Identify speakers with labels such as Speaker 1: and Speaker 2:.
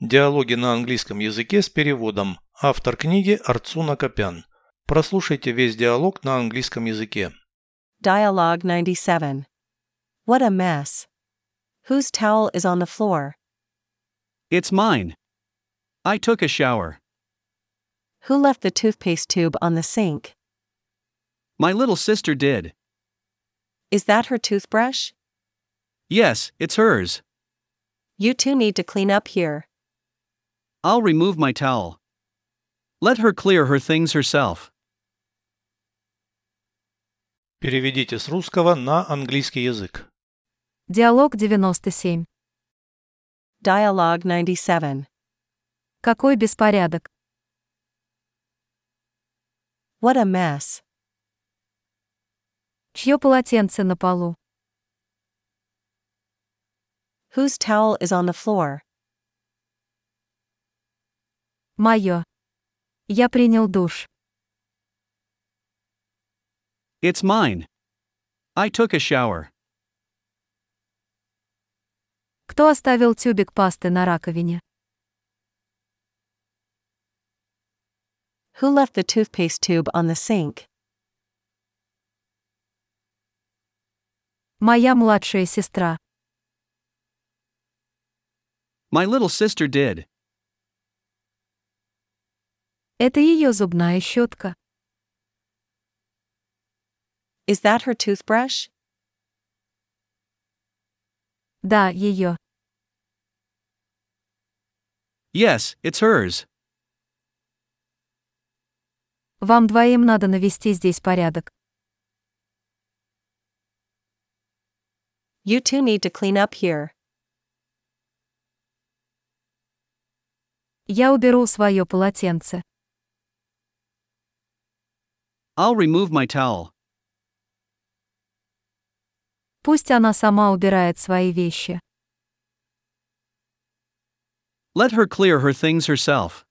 Speaker 1: Диалоги на английском языке с переводом. Автор книги Арцуна Копян. Прослушайте весь диалог на английском языке.
Speaker 2: Dialogue 97. What a mess. Whose towel is on the floor?
Speaker 3: It's mine. I took a shower.
Speaker 2: Who left the toothpaste tube on the sink?
Speaker 3: My little sister did.
Speaker 2: Is that her toothbrush?
Speaker 3: Yes, it's hers.
Speaker 2: You two need to clean up here.
Speaker 3: I'll remove my towel. Let her clear her things herself.
Speaker 1: Переведите с русского на английский язык.
Speaker 4: Диалог 97.
Speaker 2: Dialogue 97.
Speaker 4: Какой беспорядок.
Speaker 2: What a mess.
Speaker 4: Чье полотенце на полу?
Speaker 2: Whose towel is on the floor?
Speaker 4: Мое. Я принял душ.
Speaker 3: It's mine. I took a shower.
Speaker 4: Кто оставил тюбик пасты на раковине?
Speaker 2: Who left the toothpaste tube on the sink?
Speaker 4: Моя младшая сестра.
Speaker 3: My little sister did.
Speaker 4: Это ее зубная щетка.
Speaker 2: Is that her toothbrush?
Speaker 4: Да, ее.
Speaker 3: Yes, it's hers.
Speaker 4: Вам двоим надо навести здесь порядок.
Speaker 2: You two need to clean up here.
Speaker 4: Я уберу свое полотенце.
Speaker 3: I'll remove my towel.
Speaker 4: Пусть она сама убирает свои вещи.
Speaker 3: Let her clear her things herself.